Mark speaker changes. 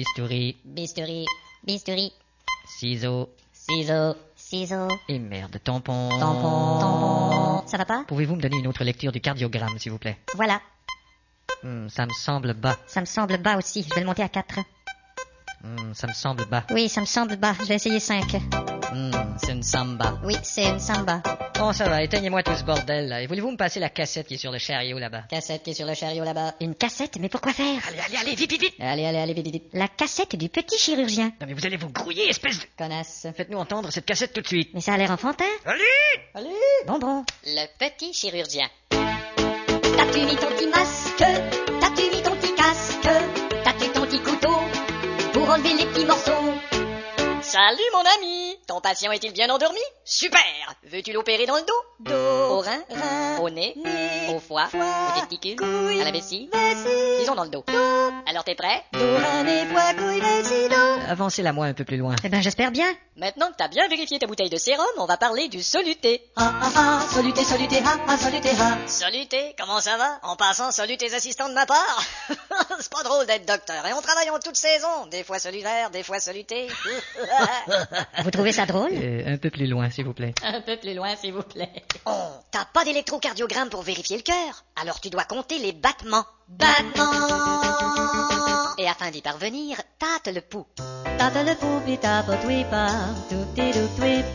Speaker 1: Bistouri,
Speaker 2: Bistouri, bistouri,
Speaker 1: ciseaux
Speaker 2: ciseaux, ciseaux,
Speaker 1: et merde, tampon.
Speaker 2: tampon, tampon. Ça va pas
Speaker 1: Pouvez-vous me donner une autre lecture du cardiogramme, s'il vous plaît
Speaker 2: Voilà,
Speaker 1: Hmm, Ça me semble bas.
Speaker 2: ça me semble bas aussi. Je vais le monter à 4.
Speaker 1: Hmm, ça me semble bas.
Speaker 2: Oui, ça me semble bas. Je vais essayer 5.
Speaker 1: Hmm, c'est une samba.
Speaker 2: Oui, c'est une samba.
Speaker 1: Bon, ça va, éteignez-moi tout ce bordel, là. Et voulez-vous me passer la cassette qui est sur le chariot, là-bas
Speaker 2: Cassette qui est sur le chariot là-bas. Une cassette Mais pourquoi faire
Speaker 1: Allez, allez, allez, vite, vite, vite
Speaker 2: Allez, allez, allez, vite, vite, vite. La cassette du petit chirurgien.
Speaker 1: Non, mais vous allez vous grouiller, espèce de...
Speaker 2: Connasse.
Speaker 1: Faites-nous entendre cette cassette tout de suite.
Speaker 2: Mais ça a l'air enfantin.
Speaker 1: Allez
Speaker 2: Allez Bon, bon. Le petit chirurgien. T'as-tu mis ton petit masque T'as-tu mis ton petit casque T'as-tu ton petit couteau Pour enlever les petits morceaux Salut mon ami Ton patient est-il bien endormi Super Veux-tu l'opérer dans le dos Dos Au rein Rein Au nez Nez Au foie Au testicule À la vessie Vessie Ils ont dans le dos Dos Alors t'es prêt Dos, rein, nez, foie, couille, vessie, dos
Speaker 1: Avancez-la moi un peu plus loin.
Speaker 2: Eh ben j'espère bien
Speaker 3: Maintenant que t'as bien vérifié ta bouteille de sérum, on va parler du soluté.
Speaker 2: Ah ah ah Soluté, soluté, ah ah soluté, ah
Speaker 3: Soluté, comment ça va En passant, salut tes assistants de ma part C'est pas drôle d'être docteur, et on travaille en toute saison. Des fois solitaire, des fois soluté.
Speaker 2: Vous trouvez ça drôle
Speaker 1: Euh, un peu plus loin, s'il vous plaît.
Speaker 2: Un peu plus loin, s'il vous plaît.
Speaker 3: oh, t'as pas d'électrocardiogramme pour vérifier le cœur Alors tu dois compter les battements.
Speaker 2: Battement
Speaker 3: Et afin d'y parvenir, tâte le pouls.
Speaker 2: Tata le poupée, tapote, whip, tout petit, tout whip.